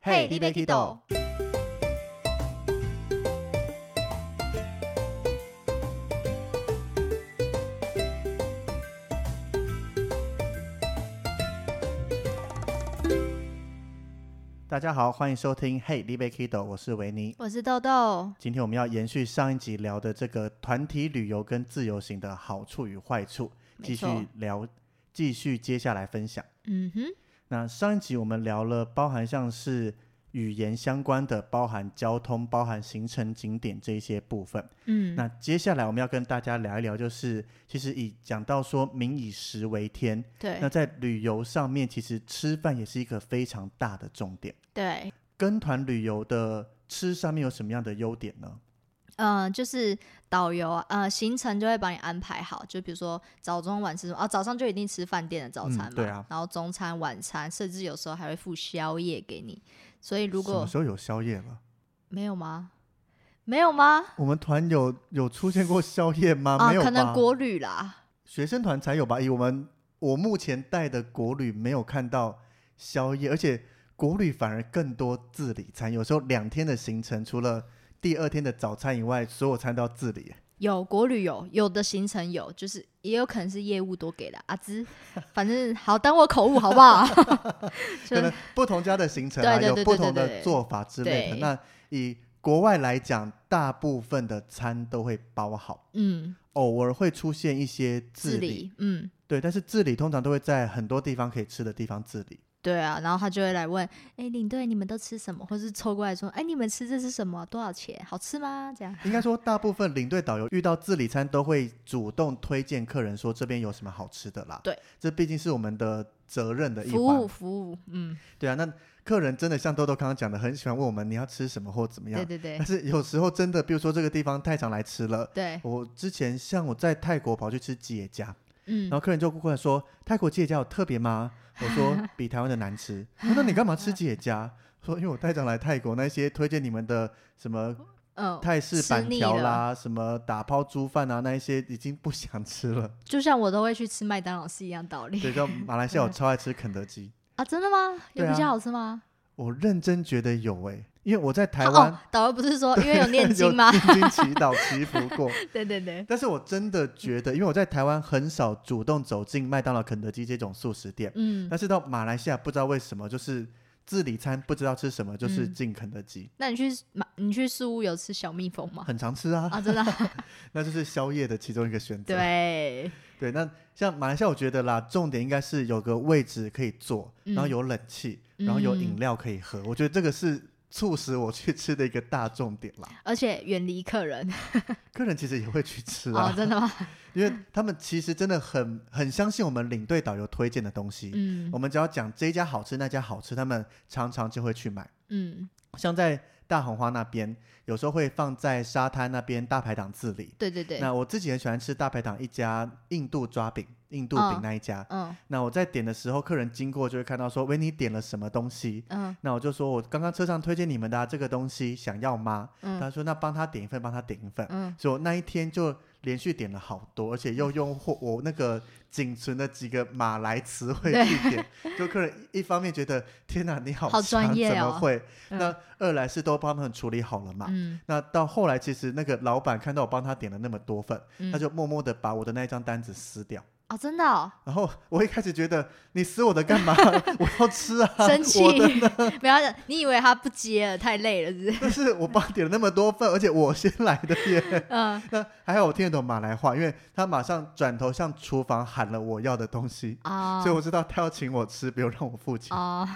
嘿你要去倒大家好，欢迎收听 Hey, l i b e Kido，我是维尼。我是豆豆。今天我们要延续上一集聊的这个团体旅游跟自由行的好处与坏处，继续没错，聊，继续接下来分享。嗯哼，那上一集我们聊了包含像是语言相关的，包含交通、包含行程景点这一些部分。嗯，那接下来我们要跟大家聊一聊，就是其实以讲到说民以食为天，那对在旅游上面，其实吃饭也是一个非常大的重点。对，跟团旅游的吃上面有什么样的优点呢？嗯，就是导游啊呃行程就会帮你安排好，就比如说早中晚吃什么，哦早上就一定吃饭店的早餐嘛，嗯对啊然后中餐、晚餐，甚至有时候还会附宵夜给你。所以如什果么时候有宵夜了？没有吗？没有吗？我们团有有出现过宵夜吗？啊，没有吧？可能国旅啦，学生团才有吧？以我们我目前带的国旅没有看到宵夜，而且国旅反而更多自理餐，有时候两天的行程除了第二天的早餐以外，所有餐都要自理。有国旅有，有的行程有，就是也有可能是业务多给的阿 芝，反正好当我口误好不好？就可能不同家的行程啊，对对有对不对同对的对做法之类的。对那以国外来讲，大部分的餐都会包好，嗯，偶尔会出现一些自自理，理，嗯，对，但是自理通常都会在很多地方可以吃的地方自 理。对啊，然后他就会来问，哎、领队你们都吃什么？或是凑过来说，哎、你们吃这是什么？多少钱？好吃吗？这样，应该说，大部分领队导游遇到自理餐都会主动推荐客人说这边有什么好吃的啦。对，这毕竟是我们的责任的一服务环。服务，嗯，对啊，那客人真的像豆豆刚刚讲的，很喜欢问我们你要吃什么或怎么样。对对 对但是有时候真的，比如说这个地方太常来吃了。对，我之前像我在泰国跑去吃吉野家，然，嗯后客人就过来说：“泰国吉野家有特别吗？”我 说：“比台湾的难吃。”他说：“你干嘛吃吉野家？”说：“因为我太常来泰国，那些推荐你们的什么嗯，泰式吃板腻条了啦，什么打抛猪饭啊，那一些已经不想吃 了。就像我都会去吃麦当劳是一样道理对，像马来西亚我超爱吃肯德基，啊，真的吗？有对比较啊好吃吗？我认真觉得有诶、因为我在台他湾、哦，导游不是说因为 有念经吗？念经祈祷祈福过，对对对，但是我真的觉得，因为我在台湾很少主动走进麦当劳、肯德基这种素食店，嗯，但是到马来西亚不知道为什么就是。自理餐不知道吃什么，就是嗯进肯德基，那你去买你去宿务有吃小蜜蜂吗？很常吃啊，啊，真的啊、那就是宵夜的其中一个选择。对，对，那像马来西亚，我觉得啦，重点应该是有个位置可以坐，嗯然后有冷气，然后有饮嗯料可以喝。我觉得这个是促使我去吃的一个大重点 啦。而且远离客人客人其实也会去吃哦啊，，真的吗？因为他们其实真的很很相信我们领队导游推荐的东西。嗯我们只要讲这一家好吃，那家好吃，他们常常就会去买。嗯，像在大红花那边，有时候会放在沙滩那边大排档自理。对对对，那我自己很喜欢吃大排档一家印度抓饼，印度饼嗯那一家。嗯那我在点的时候，客人经过就会看到说，喂，你点了什么东西？嗯那我就说，我刚刚车上推荐你们的、啊、这个东西，想要吗？嗯他说，那帮他点一份，帮他点一份。嗯，所以我那一天就连续点了好多，而且又用或我那个仅存的几个马来词汇对去点，就客人一方面觉得天哪，你好好强专业怎么哦会？嗯那二来是都帮他们处理好了嘛。嗯，那到后来，其实那个老板看到我帮他点了那么多份，嗯他就默默的把我的那一张单子撕掉。哦，真 的、哦、然后我一开始觉得你撕我的干嘛？ 我要吃啊！生气我的， 不要讲，你以为他不接了，太累了，是不是？但是我帮你点了那么多份，而且我先来的耶。嗯， 那还好我听得懂马来话，因为他马上转头向厨房喊了我要的东西，啊、所以我知道他要请我吃，不用让我付钱。哦，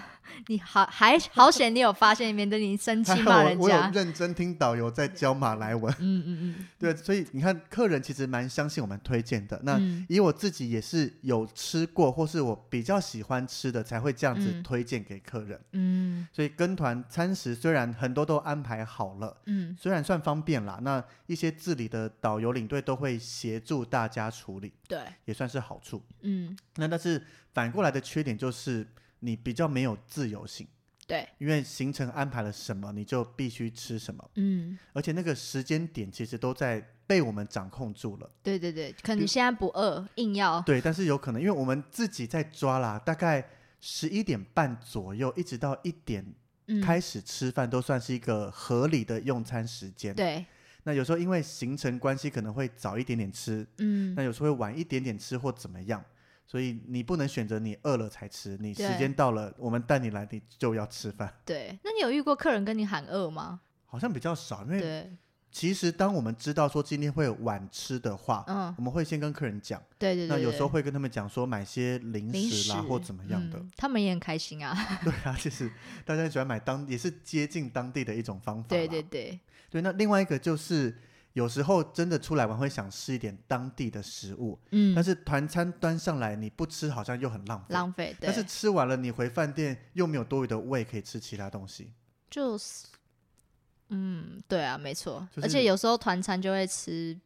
你好，还好险，你有发现，免得你生气还好骂我人我有家。认真听导游在教马来文， 嗯嗯嗯，对，所以你看客人其实蛮相信我们推荐的。那嗯以我自己也是有吃过，或是我比较喜欢吃的，才会这样子嗯推荐给客人。嗯所以跟团餐食虽然很多都安排好了，嗯，虽然算方便啦，那一些自理的导游领队都会协助大家处理，对，也算是好处。嗯那但是反过来的缺点就是你比较没有自由性，对，因为行程安排了什么你就必须吃什么，嗯而且那个时间点其实都在被我们掌控住了。对对对，可能你现在不饿，硬要，对，但是有可能因为我们自己在抓啦，大概十一点半左右一直到一点嗯，开始吃饭都算是一个合理的用餐时间。对，那有时候因为行程关系，可能会早一点点吃，嗯那有时候会晚一点点吃或怎么样，所以你不能选择你饿了才吃，你时对间到了，我们带你来，你就要吃饭。对。那你有遇过客人跟你喊饿吗？好像比较少，因为对，其实当我们知道说今天会有晚吃的话，嗯，我们会先跟客人讲，对对对那有对时候会跟他们讲说买些零零食食啦或怎么样的。嗯他们也很开心啊。对啊，就是大家喜欢买当也是接近当地的一种方法啦。对对对，对，那另外一个就是有时候真的出来玩会想吃一点当地的食物，嗯，但是团餐端上来你不吃好像又很浪费。浪费，对，但是吃完了，你回饭店又没有多余的胃可以吃其他东西。就是，嗯，对啊，没错，就而是且有时候团餐就会吃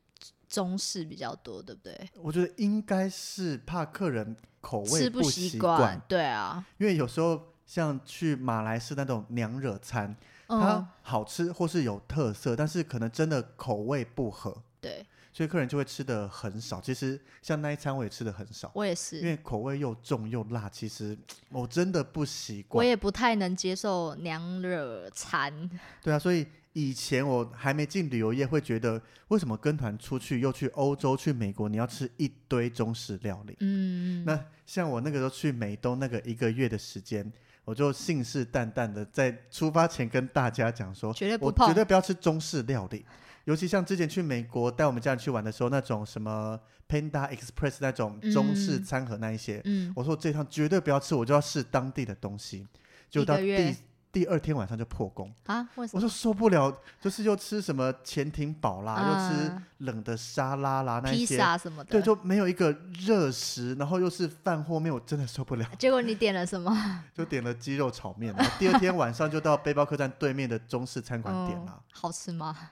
中式比较多，对不对？我觉得应该是怕客人口味吃不习习惯，对啊，因为有时候像去马来西亚那种娘惹餐，嗯它，好吃或是有特色，但是可能真的口味不合，对所以客人就会吃的很少。其实像那一餐我也吃的很少，我也因是，为口味又重又辣，其实我真的不习我惯。也不太能接受娘惹餐，对啊，所以以前我还没进旅游业，会觉得为什么跟团出去又去欧洲、去美国，你要吃一堆中式料理？嗯，那像我那个时候去美东那个一个月的时间，我就信誓旦旦的在出发前跟大家讲说，绝对不我碰绝对不要吃中式料理。尤其像之前去美国带我们家人去玩的时候，那种什么 Panda Express 那种中式嗯餐盒那一些，嗯，我说我这趟绝对不要吃，我就要试当地的东西。就到一个月第第二天晚上就破功，啊，为什我说受不了，就是又吃什么潜艇堡啦，又吃啊冷的沙拉啦么那一披些，萨什么的？对，就没有一个热食，然后又是饭后面，我真的受不了， 结果你点了什么？就点了鸡肉炒面，然后第二天晚上就到背包客栈对面的中式餐馆点啦嗯。，好吃吗？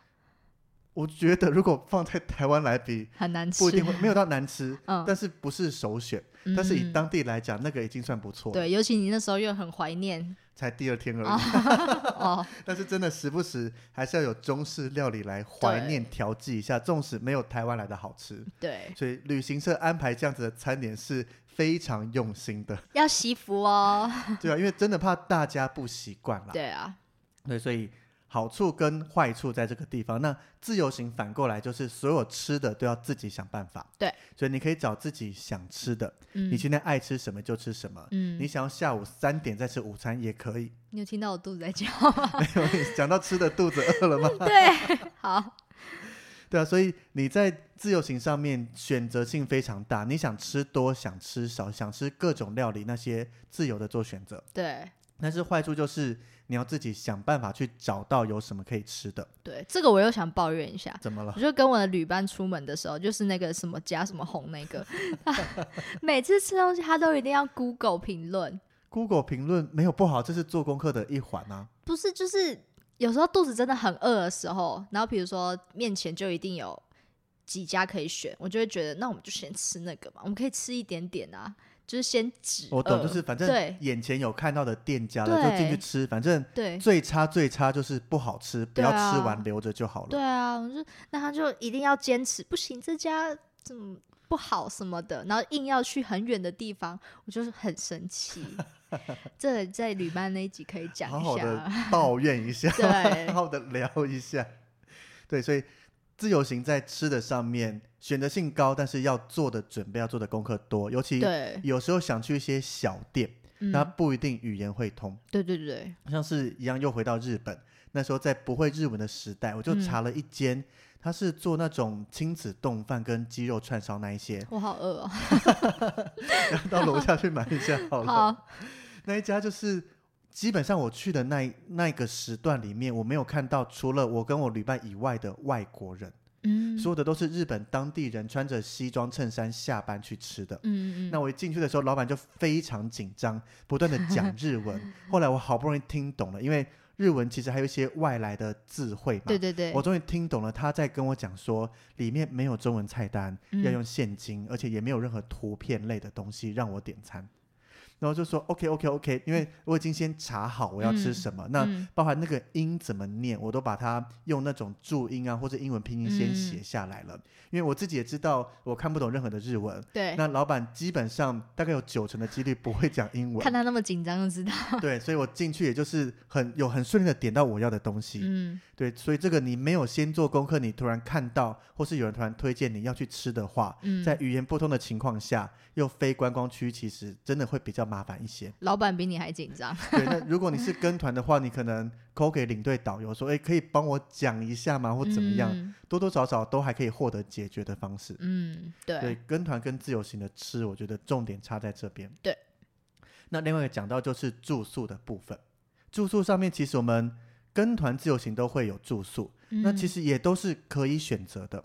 我觉得如果放在台湾来比，很难吃不一，定会没有到难吃， 嗯，但是不是首选，但是以嗯当地来讲，那个已经算不错，，对，尤其你那时候又很怀念才第二天而已。哦， 但是真的时不时还是要有中式料理来怀对念调剂一下，纵使没有台湾来的好吃。对，所以旅行社安排这样子的餐点是非常用心 的，要惜福 哦，对啊，因为真的怕大家不习惯啦。对啊，对，所以好处跟坏处在这个地方。那自由行反过来就是所有吃的都要自己想办法。对，所以你可以找自己想吃的，嗯你今天爱吃什么就吃什么。嗯你，想要下午三点再吃午餐也可以。 你有听到我肚子在 叫？没有，你讲到吃的肚子饿了吗？ 对，好，对啊，所以你在自由行上面选择性非常大，你想吃多，想吃少，想吃各种料理，那些自由的做选择。对但是坏处就是你要自己想办法去找到有什么可以吃的。对，这个我又想抱怨一下。怎么了？我就跟我的旅伴出门的时候，就是那个什么加什么红那 个， 每次吃东西他都一定要 Google 评论， Google 评论没有不好，这是做功课的一环啊。不是就是有时候肚子真的很饿的时候，然后比如说面前就一定有几家可以选，我就会觉得那我们就先吃那个嘛，我们可以吃一点点啊，就是先止我懂，饿就是反正呃对眼前有看到的店家了，就进去对吃。反正对最差最差就是不好吃，不对要啊吃完留着就好了。对啊，我就那他就一定要坚持，不行这家怎么不好什么的，然后硬要去很远的地方，我就是很 生气。这在旅伴那一集可以讲好一好下的啊，抱怨一下，对 好好的聊一下。对，所以自由行在吃的上面选择性高，但是要做的准备、要做的功课多，尤其对，有时候想去一些小店，嗯，那不一定语言会通。对对对，像是一样又回到日本，那时候在不会日文的时代，我就嗯，查了一间，它是做那种亲子冻饭跟鸡肉串烧那一些 我好饿哦。然后到楼下去买一下好了。好，那一家就是基本上我去的那一那个时段里面，我没有看到除了我跟我旅伴以外的外国人，嗯，所有的都是日本当地人穿着西装衬衫下班去吃的。嗯嗯那我一进去的时候，老板就非常紧张，不断的讲日 文。后来我好不容易听懂了，因为日文其实还有一些外来的字汇嘛。对对对，我终于听懂了，他在跟我讲说，里面没有中文菜单，嗯要用现金，而且也没有任何图片类的东西让我点餐。然后就说 OK OK OK，因为我已经先查好我要吃什么，那嗯包含那个音怎么念，我都把它用那种注音啊或者英文拼音先嗯写下来了，因为我自己也知道我看不懂任何的日文，对，那老板基本上大概有九成的几率不会讲英 看文，他那么紧张就知道。对，所以我进去也就是很有很顺利的点到我要的东西，嗯，对，所以这个你没有先做功课，你突然看到或是有人突然推荐你要去吃的话，嗯在语言不通的情况下，又非观光区，其实真的会比较麻烦一些。老板比你还紧张。对，那如果你是跟团的话，你可能扣给领队导游说，哎，可以帮我讲一下吗？或怎么样，嗯多多少少都还可以获得解决的方式。嗯，对，对，跟团跟自由行的吃，我觉得重点差在这边。对。那另外一个讲到就是住宿的部分，住宿上面其实我们跟团自由行都会有住宿，那其实实也都是可以选择的。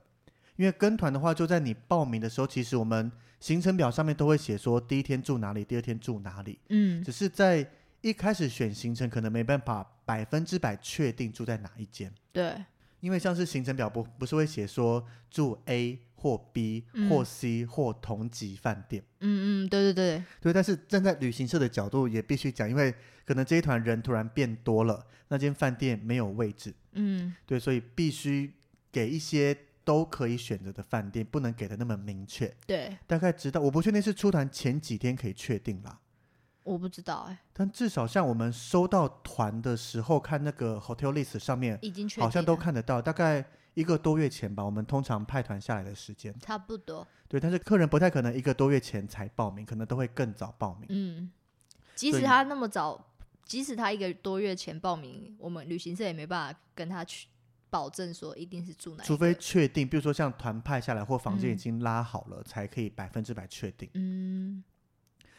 因为跟团的话，就在你报名的时候，其实我们行程表上面都会写说第一天住哪里，第二天住哪里。嗯只是在一开始选行程，可能没办法百分之百确定住在哪一间，对，因为像是行程表不不是会写说住 A 或 B 或嗯 C 或同级饭店。嗯嗯对对对，对，但是站在旅行社的角度也必须讲，因为可能这一团人突然变多了，那间饭店没有位置，嗯对，所以必须给一些都可以选择的饭店，不能给的那么明确。对，大概直到我不确定是出团前几天可以确定啦，我不知道哎、但至少像我们收到团的时候，看那个 hotel list 上面已经确定好像都了看得到，大概一个多月前吧，我们通常派团下来的时间。差不多，对，但是客人不太可能一个多月前才报名，可能都会更早报名。嗯，即所使以他那么早，即使他一个多月前报名，我们旅行社也没办法跟他去保证说一定是住哪一个，除非确定，比如说像团派下来或房间已嗯经拉好了，才可以百分之百确定。嗯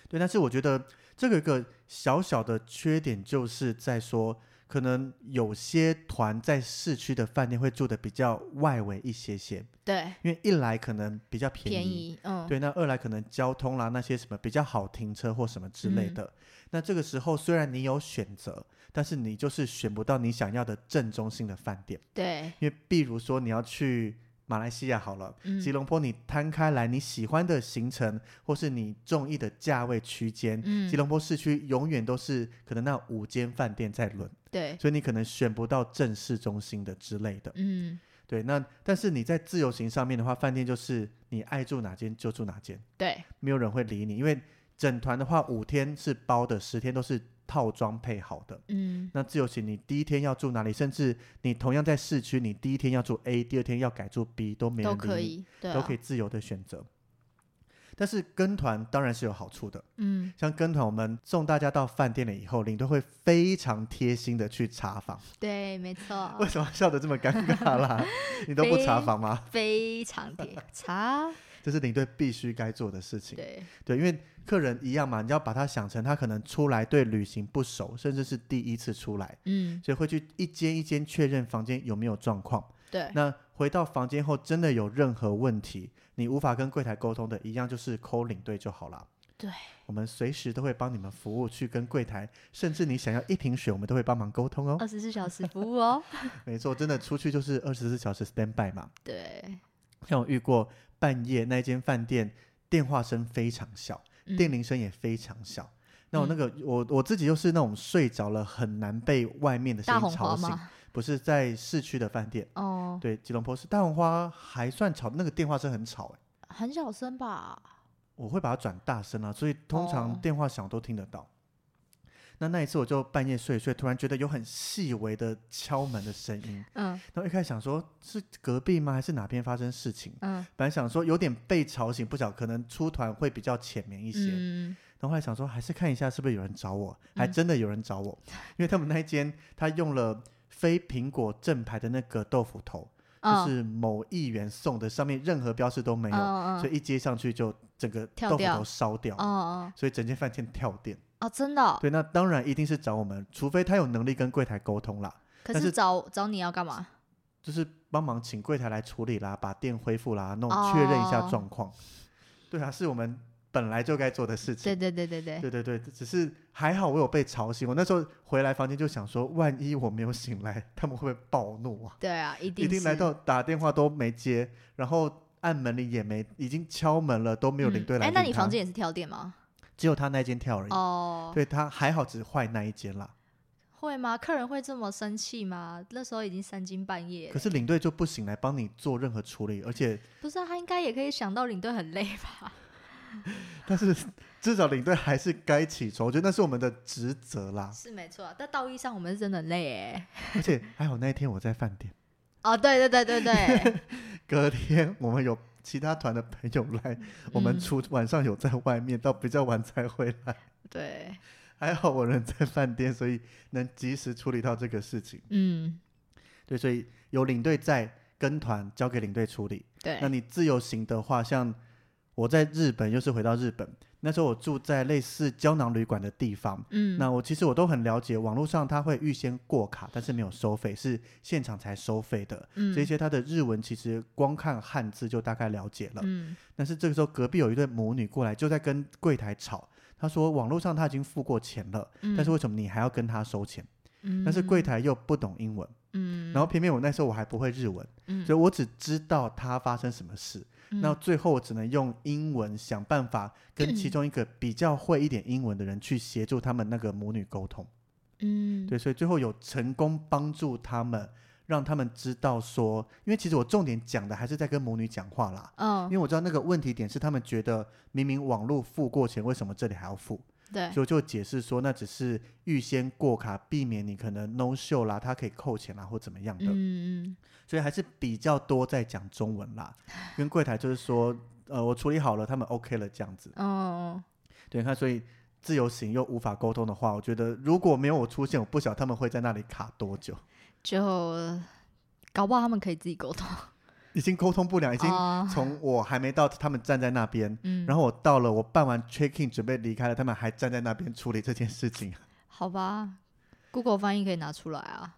对，但是我觉得这个有一个小小的缺点，就是在说，可能有些团在市区的饭店会住的比较外围一些些，对因为一来可能比较便宜，便宜嗯对，那二来可能交通啦那些什么比较好停车或什么之类嗯的。那这个时候虽然你有选择，但是你就是选不到你想要的正中心的饭店，对因为比如说你要去马来西亚好了。嗯吉隆坡，你摊开来，你喜欢的行程或是你中意的价位区间，嗯吉隆坡市区永远都是可能那五间饭店在轮，对所以你可能选不到正市中心的之类的。嗯对，那但是你在自由行上面的话，饭店就是你爱住哪间就住哪间，对没有人会理你，因为整团的话五天是包的，十天都是套装配好的。嗯那自由行你第一天要住哪里，甚至你同样在市区，你第一天要住 A，第二天要改住 B 都没人都理可你以对、啊、都可以自由的选择。但是跟团当然是有好处的，嗯像跟团我们送大家到饭店了以后，领队会非常贴心的去查房。对没错为什么笑得这么尴尬啦？你都不查房吗？非常的差这是领队必须该做的事情。对 对，因为客人一样嘛，你要把他想成他可能出来对旅行不熟，甚至是第一次出来，嗯所以会去一间一间确认房间有没有状况。对那回到房间后，真的有任何问题，你无法跟柜台沟通的，一样就是扣领队就好啦。对，我们随时都会帮你们服务，去跟柜台，甚至你想要一瓶水，我们都会帮忙沟通哦。二十四小时服务哦没错，真的出去就是二十四小时 stand by 嘛。对像我遇过半夜那间饭店，电话声非常小，嗯电铃声也非常小。那我那个、我我自己又是那种睡着了很难被外面的声大音红吵花醒，吗不是在市区的饭店，哦对，吉隆坡是大红花还算吵，那个电话声很吵、欸，很小声吧我会把它转大声啊，所以通常哦电话响都听得到。那那一次我就半夜睡一睡，突然觉得有很细微的敲门的声音，嗯然后一开始想说是隔壁吗，还是哪边发生事情？嗯本来想说有点被吵醒，不晓得可能出团会比较浅眠一些，嗯然后后来想说还是看一下是不是有人找我，还嗯真的有人找我，因为他们那一间他用了非苹果正牌的那个豆腐头，就嗯是某议员送的，上面任何标识都没有，嗯嗯所以一接上去就整个跳豆腐掉头烧掉了，哦所以整间饭店跳电。哦，真的哦、对，那当然一定是找我们，除非他有能力跟柜台沟通啦，可但是是找找你要干嘛？就是帮忙请柜台来处理啦，把电恢复啦，弄确认一下哦状况。对啊，是我们本来就该做的事对情。对对对对，对对对，只是还好我有被吵醒，我那时候回来房间就想说，万一我没有醒来，他们会不会暴怒啊？对啊，一定一一定来到打电话都没接，嗯然后按门铃也没，已经敲门了都没有领队来、哎哎、那你房间也是跳电吗？只有他那间跳而已。哦，对他还好，只坏那一间啦。会吗？客人会这么生气吗？那时候已经三更半夜可了，是领队就不行来帮你做任何处理，而且不是、啊、他应该也可以想到领队很累吧？。但是至少领队还是该起床，我觉得那是我们的职责啦 是没错啊，但道义上我们是真的很累哎。而且还好那一天我在饭店，哦，对对对对 对，隔天我们有其他团的朋友来，我们嗯出晚上有在外面到比较晚才回来，对，还好我人在饭店，所以能及时处理到这个事情。嗯，对，所以有领队在，跟团交给领队处理。那对，你自由行的话，像我在日本，又是回到日本，那时候我住在类似胶囊旅馆的地方。嗯，那我其实我都很了解，网络上它会预先过卡，但是没有收费，是现场才收费的。嗯这些它的日文其实光看汉字就大概了解了。嗯但是这个时候隔壁有一对母女过来，就在跟柜台吵，她说网络上她已经付过钱了，嗯，但是为什么你还要跟她收钱？嗯但是柜，台又不懂英文，嗯，然后偏偏我那时候我还不会日文，嗯所以我只知道她发生什么事。那最后我只能用英文想办法跟嗯其中一个比较会一点英文的人去协助他们那个母女沟通。嗯，对，所以最后有成功帮助他们，让他们知道说，因为其实我重点讲的还是在跟母女讲话啦。因嗯，为我知道那个问题点是他们觉得明明网络付过钱，为什么这里还要付？对，所以我就解释说那只是预先过卡，避免你可能 no show 啦，他可以扣钱啦或怎么样的。嗯嗯所以还是比较多在讲中文啦，跟柜台就是说，呃，我处理好了，他们 OK 了这样子。哦，对，看所以自由行又无法沟通的话，我觉得如果没有我出现，我不晓得他们会在那里卡多久，就搞不好他们可以自己沟通，已经沟通不了，已经哦 从我还没到，他们站在那边。嗯，然后我到了，我办完 check in 准备离开了，他们还站在那边处理这件事情。好吧，Google 翻译可以拿出来啊，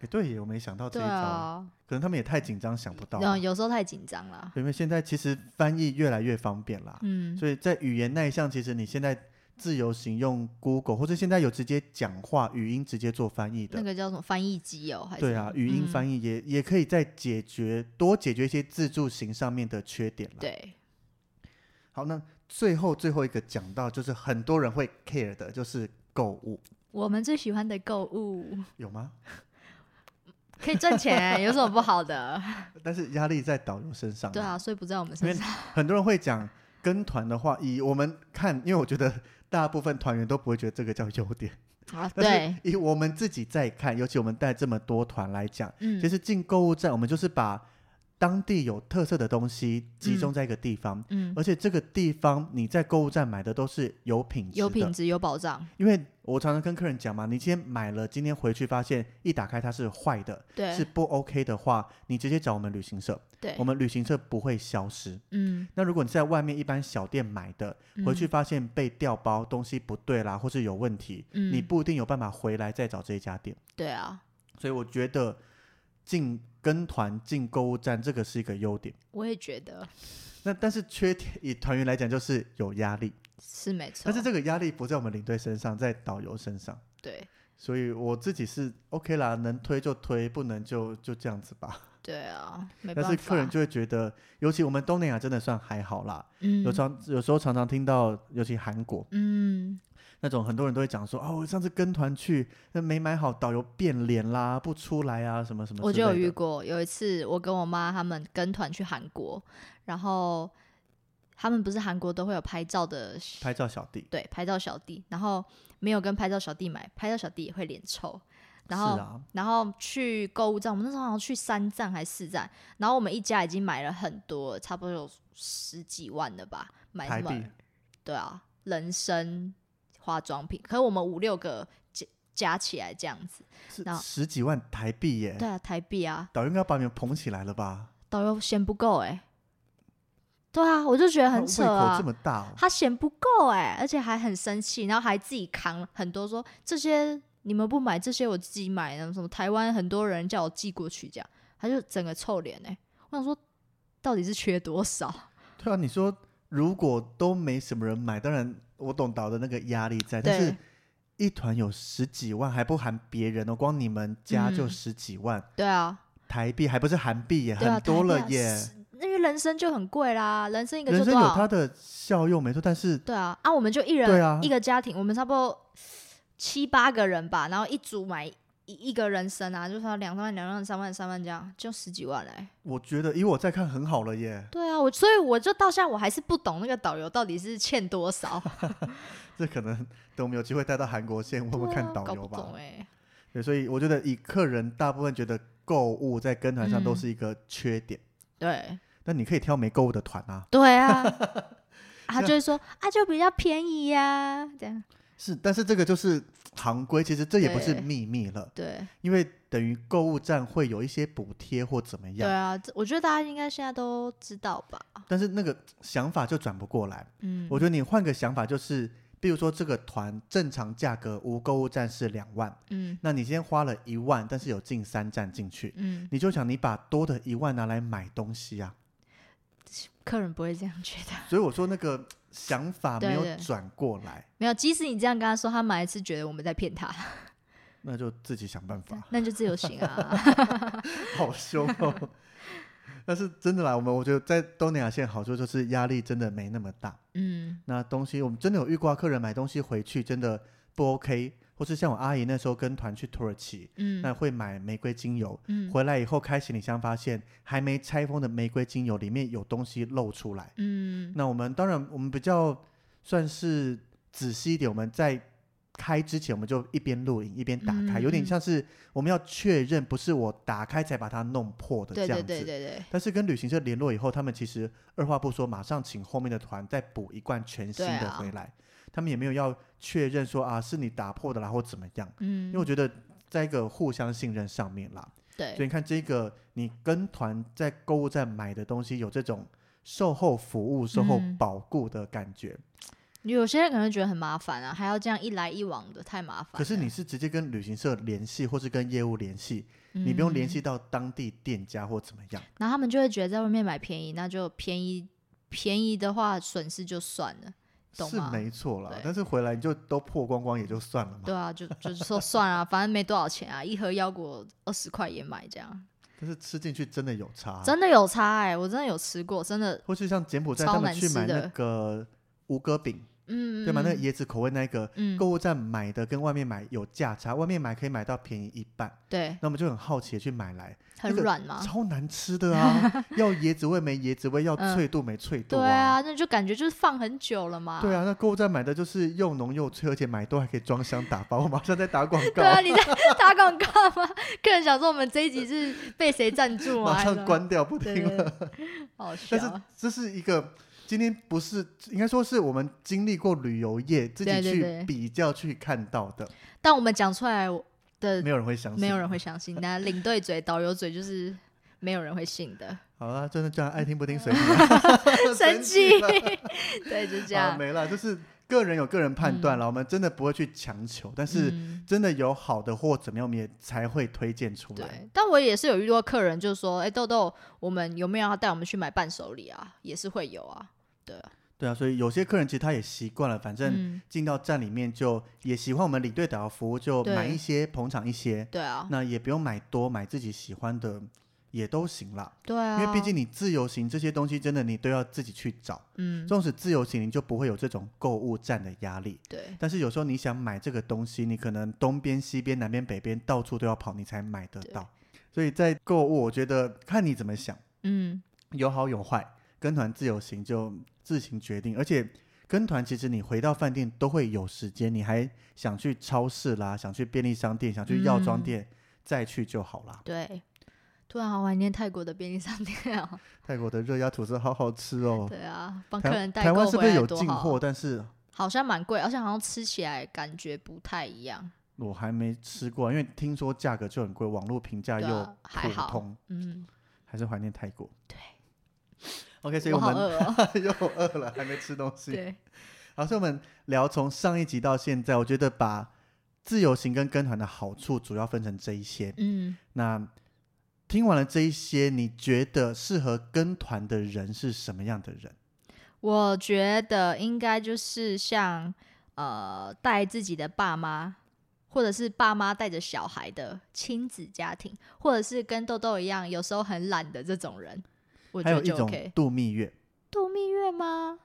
诶对耶，我没想到这对一招，啊，可能他们也太紧张想不到啊吧，嗯，有时候太紧张了，因为现在其实翻译越来越方便啦。嗯，所以在语言那一项，其实你现在自由行用 Google，或者现在有直接讲话语音直接做翻译的，那个叫什么翻译机哦，还是对啊，语音翻译，译也、也可以再解决多解决一些自助型上面的缺点啦。嗯对，好，那最后最后一个讲到就是很多人会 care 的，就是购物我们最喜欢的购物有吗？可以赚 钱，有什么不好的？但是压力在导游身上。对啊，，所以不在我们身上，很多人会讲跟团的话，以我们看，因为我觉得大部分团员都不会觉得这个叫优点。 啊，但对是，以我们自己在看，尤其我们带这么多团来讲。嗯，其实进购物站，我们就是把当地有特色的东西集中在一个地方，嗯，而且这个地方你在购物站买的都是有品质的。有品质有保障，因为我常常跟客人讲嘛，你今天买了，今天回去发现一打开它是坏的，是对不 OK 的话，你直接找我们旅行社，对我，们旅行社不会消失。嗯，那如果你在外面一般小店买的，回去发现被调包，东西不对啦，或是有问题，嗯，你嗯不一定有办法回来再找这一家店。对啊，所以我觉得进跟团进购物站这个是一个优点。我也觉得那但是缺点以团员来讲就是有压力，是没错但，是这个压力不在我们领队身上，在导游身上。对所以我自己是 OK 啦，能推就推，不能就就这样子吧。对啊，没但办是法，客人就会觉得，尤其我们东南亚真的算还好啦。嗯有常有时候常常听到，尤其韩国嗯，那种，很多人都会讲说，哦，我上次跟团去，那没买好，导游变脸啦，不出来啊，什么什么之类的。我就有遇过，有一次我跟我妈他们跟团去韩国，然后他们不是韩国都会有拍照的，拍照小弟，对，拍照小弟，然后没有跟拍照小弟买，拍照小弟也会脸臭，然后、是啊，然后去购物站，我们那时候好像去三站还是四站，然后我们一家已经买了很多，差不多有十几万了吧，买台什么币对啊，人参化妆品，可是我们五六个加加起来这样子，是那十几万台币耶！对啊，台币啊，导游应该把你们捧起来了吧？导游嫌不够哎、对啊，我就觉得他很胃扯口啊这，么大、哦，他嫌不够哎、而且还很生气，然后还自己扛很多说这些你们不买，这些我自己买啊的，什么台湾很多人叫我寄过去这样，他就整个臭脸哎、我想说到底是缺多少？ 对啊，你说如果都没什么人买，当然我懂导的那个压力在，但是对一团有十几万，还不含别人哦，光你们家就嗯十几万、对啊，台币，还不是韩币耶，对啊，很多台币啊了耶。是那个人参就很贵啦，人参一个人就参多有少？它的效用没错，但是对啊，啊，我们就一人、对啊一个家庭，我们差不多七八个人吧，然后一组买一一个人参啊，就是要两万、两万、三万、三万这样，就十几万嘞、我觉得以我在看很好了耶，对啊，我所以我就到现在我还是不懂那个导游到底是欠多 少，这可能等我们有机会带到韩国线，问问对看啊导搞游不吧。懂哎、对，所以我觉得以客人大部分觉得购物在跟团上都嗯是一个缺点，对但你可以挑没购物的团啊。对 啊，他就会说啊，就比较便宜呀、这样是，但是这个就是行规，其实这也不是对秘密了，对因为等于购物站会有一些补贴或怎么对样，啊，这我觉得大家应该现在都知道吧？但是那个想法就转不过来。嗯，我觉得你换个想法，就是比如说这个团正常价格无购物站是两万，嗯那你先花了一万，但是有进三站进去，嗯，你就想你把多的一万拿来买东西啊。客人不会这样觉得。 所以我说那个想法没对有对转过来，没有，即使你这样跟他说，他买一次觉得我们在骗他，那就自己想办法， 那就自由行啊。 好凶哦。 但是真的啦，我们我觉得在东南亚线好处就是压力真的没那么大。嗯，那东西我们真的有遇过客人买东西回去真的不 OK，或是像我阿姨那时候跟团去土耳其，嗯那会买玫瑰精油，嗯回来以后开行李箱发现还没拆封的玫瑰精油里面有东西漏出来。嗯那我们当然我们比较算是仔细一点，我们在开之前我们就一边录影一边打开，嗯有点嗯像是我们要确认不是我打开才把它弄破的这对样对子。对对对但是跟旅行社联络以后，他们其实二话不说，马上请后面的团再补一罐全新对的啊回来。他们也没有要确认说啊是你打破的啦或怎么样，因为我嗯，觉得在一个互相信任上面啦。所以对，你看，这个你跟团在购物站买的东西有这种售后服务、售后嗯保固的感觉。有些人可能觉得很麻烦啊，还要这样一来一往的，太麻烦了。可是你是直接跟旅行社联系，或是跟业务联系，你不用联系嗯，到当地店家或怎么样。然后他们就会觉得在外面买便宜，那就便宜便宜的话损失就算了，懂是吗没错啦对，但是回来你就都破光光也就算了嘛。对啊，就就是说算了、反正没多少钱啊，一盒腰果二十块也买这样，但是吃进去真的有差，啊真的有差哎、我真的有吃过，真的，或是像柬埔寨超他们难去买吃的那个无歌饼，嗯，对吗？那个嗯椰子口味那个，嗯，购物站买的跟外面买有价差，外面买可以买到便宜一半，对，那我们就很好奇地去买来，很那个软嘛，超难吃的 啊！要椰子味没椰子味，要嗯脆度没脆度对啊。啊，那就感觉就是放很久了嘛，对啊，那购物站买的就是又浓又脆，而且买多还可以装箱打包。我 马上在打广告，对啊，你在 打广告吗？客人想说我们这一集是被谁赞助啊？马还是上关掉不对听对了。对， 好笑 啊但是。这是一个今天不是应该说是我们经历过旅游业自己对对去对比较去看到的，但我们讲出来的，没有人会相信。没有人会相信。那领队嘴、导游嘴就是没有人会信 的，好啦，真的这样爱听不听随你 啊， 生气气了。。对，就 这啊，样。没了，就是个人有个人判断了，我们真的不会去强求，但是嗯真的有好的或怎么样，我们也才会推荐出来。对，但我也是有遇到客人就说：“哎、豆豆，我们有没有要带我们去买伴手礼啊？”也是会有啊。对啊，对啊，所以有些客人其实他也习惯了，反正嗯，进到站里面就也喜欢我们领队导游服务，就对买一些捧场一些，对啊，那也不用买多，买自己喜欢的也都行啦。对啊，因为毕竟你自由行这些东西，真的你都要自己去找。嗯，纵使自由行，你就不会有这种购物站的压力。对但是有时候你想买这个东西，你可能东边、西边、南边、北边到处都要跑，你才买得对到。所以在购物，我觉得看你怎么想，嗯，有好有坏。跟团自由行就自行决定，而且跟团其实你回到饭店都会有时间，你还想去超市啦，想去便利商店，想去药妆嗯店、再去就好啦。对。突然好怀念泰国的便利商店哦。泰国的热压吐司好好吃哦。对啊，帮客台人代台购湾是不回是来有多进好啊货？但是好像蛮贵，而且好像吃起来感觉不太一样。我还没吃过，因为听说价格就很贵，网络评价对又啊，还普好。通，嗯，还是怀念泰国。对， OK，所以我我好们饿哦。 又饿了，还没吃东西。对，好，所以我们聊从上一集到现在，我觉得把自由行跟跟团的好处主要分成这一些。嗯，那听完了这一些，你觉得适合跟团的人是什么样的人？我觉得应该就是像呃带自己的爸妈，或者是爸妈带着小孩的亲子家庭，或者是跟豆豆一样有时候很懒的这种人。我觉还有得一就种 OK。度蜜月，度蜜月吗？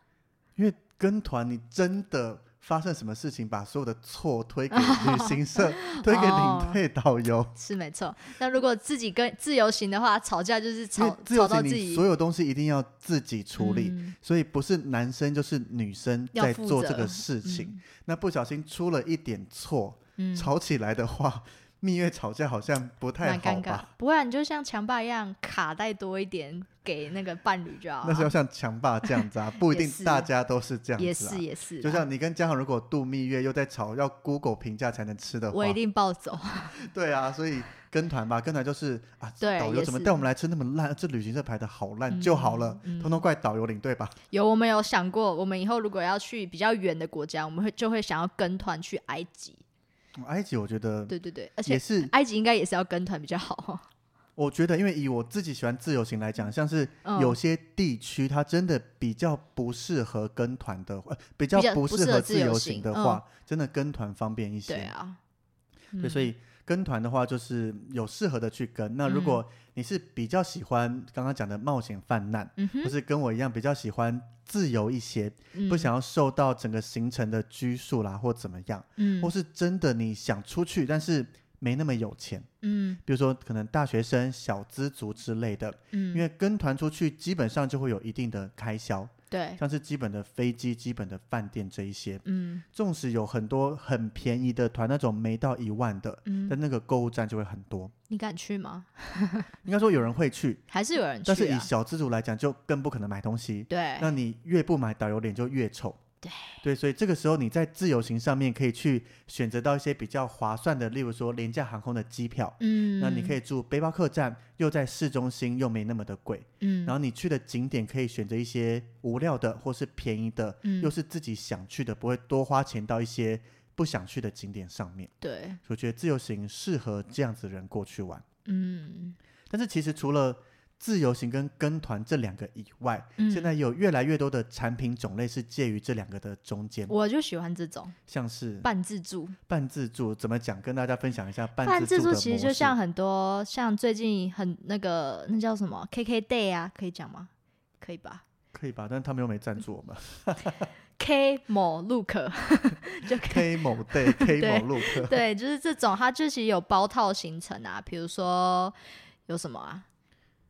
因为跟团你真的发生什么事情，把所有的错推给旅行 社，推给哦领队导游。是没错。那如果自己跟自由行的话，吵架就是因为吵自由吵到行自你己所有东西一定要自己处理，嗯所以不是男生就是女生要在负做这责个事情。那不小心出了一点错，嗯，吵起来的话，蜜月吵架好像不太蛮好尴尬吧？。不会、啊，你就像强爸一样，卡带多一点给那个伴侣就好那是要了。像强爸这样子 啊，不一也定是大家都是这样子、啊。也是也是啦，就像你跟嘉豪如果度蜜月又在吵要 Google 评价才能吃的话我，一定暴走。 对啊，所以跟团吧，跟团就是啊，对导游也怎么是带我们来吃那么烂，这旅行社排的好烂就好了，嗯嗯通通怪导游领队吧。有我们有想过，我们以后如果要去比较远的国家，我们会就会想要跟团去埃及。嗯埃及我觉得对对对，而也且是，埃及应该也是要跟团比较好。 我觉得因为以我自己喜欢自由行来讲，像是嗯有些地区它真的比较不适合跟团的，呃，比较较不不适适合合自自由由行行的嗯话，真的跟团方便一些。对啊，对，所以以跟团的话，就是有适合的去跟。那如嗯果你是比较喜欢刚刚讲的冒险泛滥，嗯或哼，是跟我一样比较喜欢自由一些，嗯不，想要受到整个行程的拘束啦，或怎么样，嗯或是真的你想出去，但是没那么有钱，嗯比如说可能大学生、小资族之类的，嗯，因为跟团出去基本上就会有一定的开销，对，像是基本的飞机、基本的饭店这一些。嗯纵使有很多很便宜的团，那种没到一万的，嗯，但那个购物站就会很多。你敢去吗？应该说有人会去，还是有人去但是以啊？小资族来讲，就更不可能买东西。对，那你越不买，导游脸就越丑。对所以这个时候你在自由行上面可以去选择到一些比较划算的，例如说廉价航空的机票，嗯，那你可以住背包客栈，又在市中心，又没那么的贵。嗯，然后你去的景点可以选择一些无料的或是便宜的，嗯又是自己想去的，不会多花钱到一些不想去的景点上面。对，所以我觉得自由行适合这样子的人过去玩。嗯，但是其实除了自由行跟跟团这两个以外，嗯现在有越来越多的产品种类是介于这两个的中间，我就喜欢这种像是半自助。半自助怎么讲？跟大家分享一下半半自自助的其实模就式像很多像最近很那个那叫什么 KK Day 啊，可以讲吗？可以吧可以吧？但他们又没赞助 我们？K 某 Look 就可以。 ，K 某 day K 对某 look， 对，就是这种，它就其实有包套行程啊，比如说有什么啊，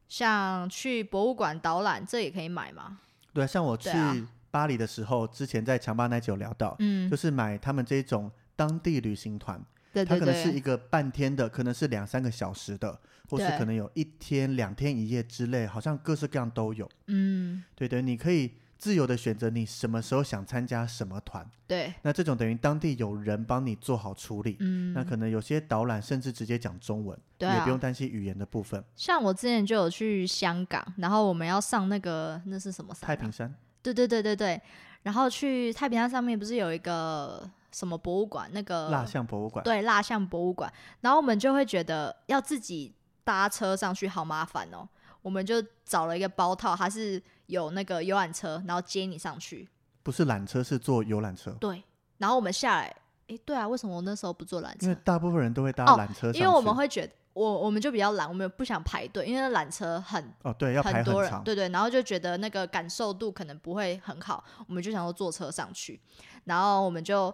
像去博物馆导览，这也可以买嘛。对，像我去对啊巴黎的时候，之前在强巴那集有聊到，嗯就，是买他们这种当地旅行团，对它对可能是一对，个半天的，可能是两三个小时的，或是对可能有一天、两天一夜之类，好像各式各样都有。嗯，对对，你可以自由的选择你什么时候想参加什么团。对，那这种等于当地有人帮你做好处理。嗯，那可能有些导览甚至直接讲中文，对也啊不用担心语言的部分。像我之前就有去香港，然后我们要上那个那是什么山啊？太平山，对对对对对，然后去太平山上面不是有一个什么博物馆？那个蜡像博物馆。呃对蜡像博物馆，然后我们就会觉得要自己搭车上去好麻烦哦，我们就找了一个包套，它是有那个游览车，然后接你上去。不是缆车，是坐游览车。对，然后我们下来，诶，对啊，为什么我那时候不坐缆因为车？大部分人都会搭哦缆车上去，因为我们会觉得。我我们就比较懒，我们不想排队，因为那缆车很哦对，要排很多人，长，对对，然后就觉得那个感受度可能不会很好，我们就想说坐车上去，然后我们就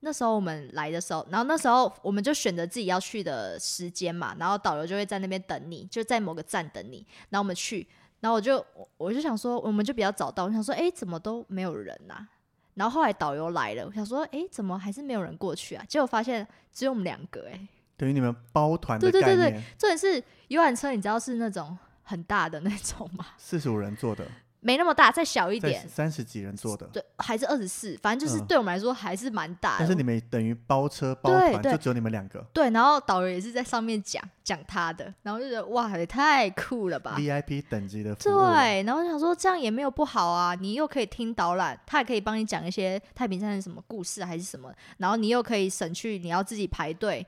那时候我们来的时候，然后那时候我们就选择自己要去的时间嘛，然后导游就会在那边等你，就在某个站等你，然后我们去，然后我就我我就想说，我们就比较早到，我想说，哎，怎么都没有人呐、然后后来导游来了，我想说，哎，怎么还是没有人过去啊？结果发现只有我们两个、诶等于你们包团的对对概对对念，重点是游览车，你知道是那种很大的那种吗？四十五人坐的，没那么大，再小一在点，三十几人坐的，对，还是二十四，反正就是嗯对我们来说还是蛮大的。但是你们等于包车包对团，对就只有你们两个对，然后导游也是在上面讲讲他的，然后就觉得哇，也太酷了吧！ VIP 等级的服务了，对，然后想说这样也没有不好啊，你又可以听导览，他也可以帮你讲一些太平山的什么故事还是什么，然后你又可以省去你要自己排队，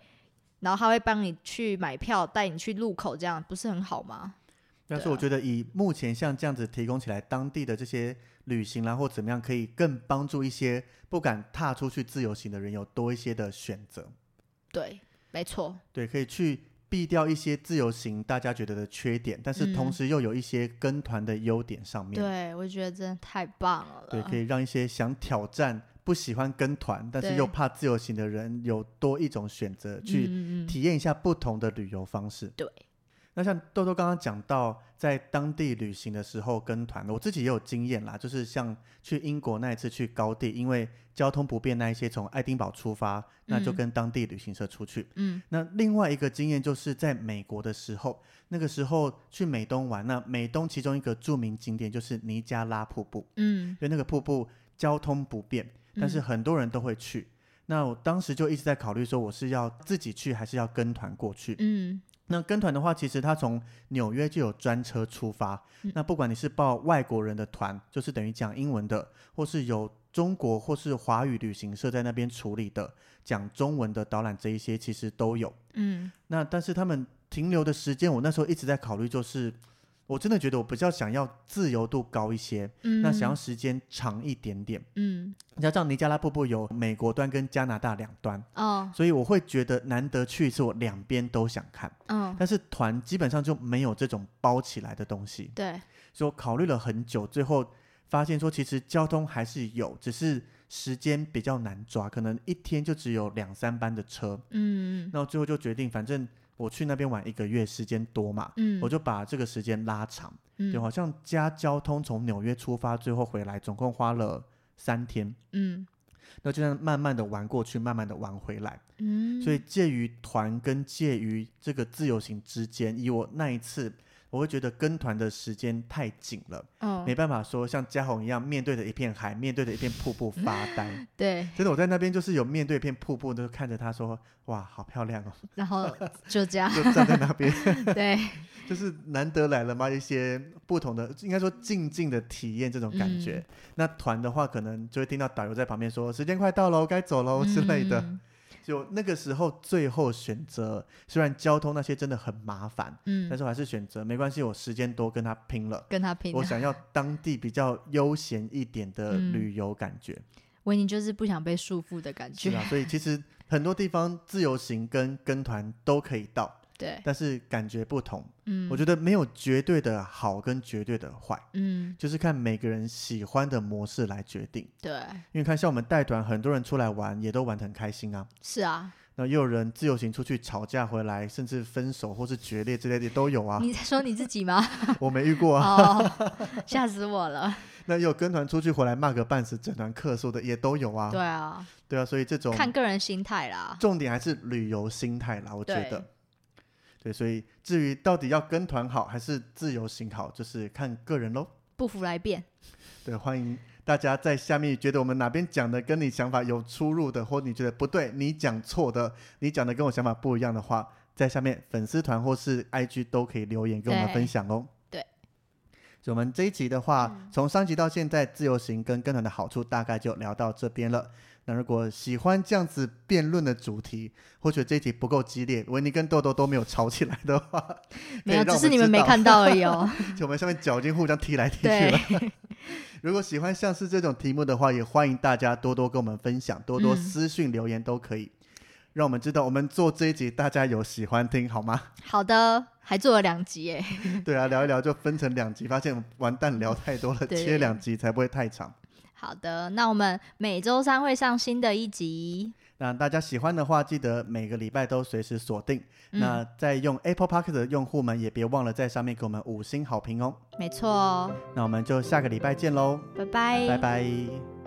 然后他会帮你去买票，带你去路口，这样不是很好吗？但是对啊我觉得以目前像这样子提供起来，当地的这些旅行啦或怎么样，可以更帮助一些不敢踏出去自由行的人有多一些的选择。对，没错，对，可以去避掉一些自由行大家觉得的缺点，但是同嗯时又有一些跟团的优点上面。对，我觉得真的啊太棒了。对，可以让一些想挑战、不喜欢跟团，但是对又怕自由行的人有多一种选择，去嗯嗯嗯体验一下不同的旅游方式。对，那像豆豆刚刚讲到，在当地旅行的时候跟团，我自己也有经验啦，就是像去英国那一次去高地，因为交通不便，那一些从爱丁堡出发，那就嗯跟当地旅行社出去。嗯那另外一个经验就是在美国的时候，那个时候去美东玩，那美东其中一个著名景点就是尼加拉瀑布。嗯，因为那个瀑布交通不便，但是嗯很多人都会去。那我当时就一直在考虑说，我是要自己去还是要跟团过去？嗯那跟团的话，其实它从纽约就有专车出发。嗯那不管你是报外国人的团，就是等于讲英文的，或是有中国或是华语旅行社在那边处理的讲中文的导览，这一些其实都有。嗯那但是他们停留的时间，我那时候一直在考虑，就是我真的觉得我比较想要自由度高一些，嗯，那想要时间长一点点。嗯加上尼加拉瀑布有美国端跟加拿大两端，哦所以我会觉得难得去一次，我两边都想看。嗯但是团基本上就没有这种包起来的东西，对所以我考虑了很久，最后发现说其实交通还是有，只是时间比较难抓，可能一天就只有两三班的车。嗯那我最后就决定，反正我去那边玩一个月，时间多嘛，嗯，我就把这个时间拉长。对，嗯好像加交通从纽约出发，最后回来，总共花了三天。嗯那就这样慢慢的玩过去，慢慢的玩回来。嗯，所以介于团跟介于这个自由行之间，以我那一次，我会觉得跟团的时间太紧了，哦没办法说像嘉宏一样面对着一片海，面对着一片瀑布发 呆。对，真的，我在那边就是有面对一片瀑布，就看着他说：“哇，好漂亮哦然 后就这！”样，就站在那边，对，就是难得来了嘛，一些不同的，应该说静静的体验这种感嗯觉。那团的话，可能就会听到导游在旁边说：“时间快到喽，该走喽”哦之类的。嗯就那个时候最后选择，虽然交通那些真的很麻烦，但嗯，是我还是选择没关系，我时间多跟他拼了。跟他拼我了。想要当地比较悠闲一点的嗯旅游感觉，维尼就是不想被束缚的感是觉， 啊，所以其实很多地方自由行跟跟团都可以到，对，但是感觉不同。嗯，我觉得没有绝对的好跟绝对的坏，嗯，就是看每个人喜欢的模式来决定。对，因为看像我们带团，很多人出来玩也都玩得很开心啊，是啊，那也有人自由行出去吵架回来，甚至分手或是决裂之类的都有 啊。你在说你自己吗？我没遇 过啊。哦， 吓死我了，那也有跟团出去回来骂个半死，整团客诉的也都有啊。对啊，对啊，所以这种看个人心态啦，重点还是旅游心态啦，我觉对得。对，所以至于到底要跟团好还是自由行好，就是看个人喽。不服来辩，对，欢迎大家在下面觉得我们哪边讲的跟你想法有出入的，或你觉得不对，你讲错的，你讲的跟我想法不一样的话，在下面粉丝团或是 IG 都可以留言跟我们对分享哦。对，所以我们这一集的话，嗯从上集到现在，自由行跟跟团的好处大概就聊到这边了。那如果喜欢这样子辩论的主题，或许这一集不够激烈，维尼跟豆豆都没有吵起来的话，没有，可以让只我是你们没知道看到而已哦， 就我们下面脚已经互相踢来踢去对了。 如果喜欢像是这种题目的话，也欢迎大家多多跟我们分享，多多嗯私讯留言都可以，让我们知道我们做这一集大家有喜欢听好吗？ 好的，还做了两集耶，对啊，聊一聊就分成两集，发现完蛋聊太多 了，对切两集才不会太长。好的，那我们每周三会上新的一集，那大家喜欢的话，记得每个礼拜都随时锁定。嗯那在用 Apple p o c k e t 的用户们，也别忘了在上面给我们五星好评哦。没错哦，那我们就下个礼拜见喽，拜拜拜拜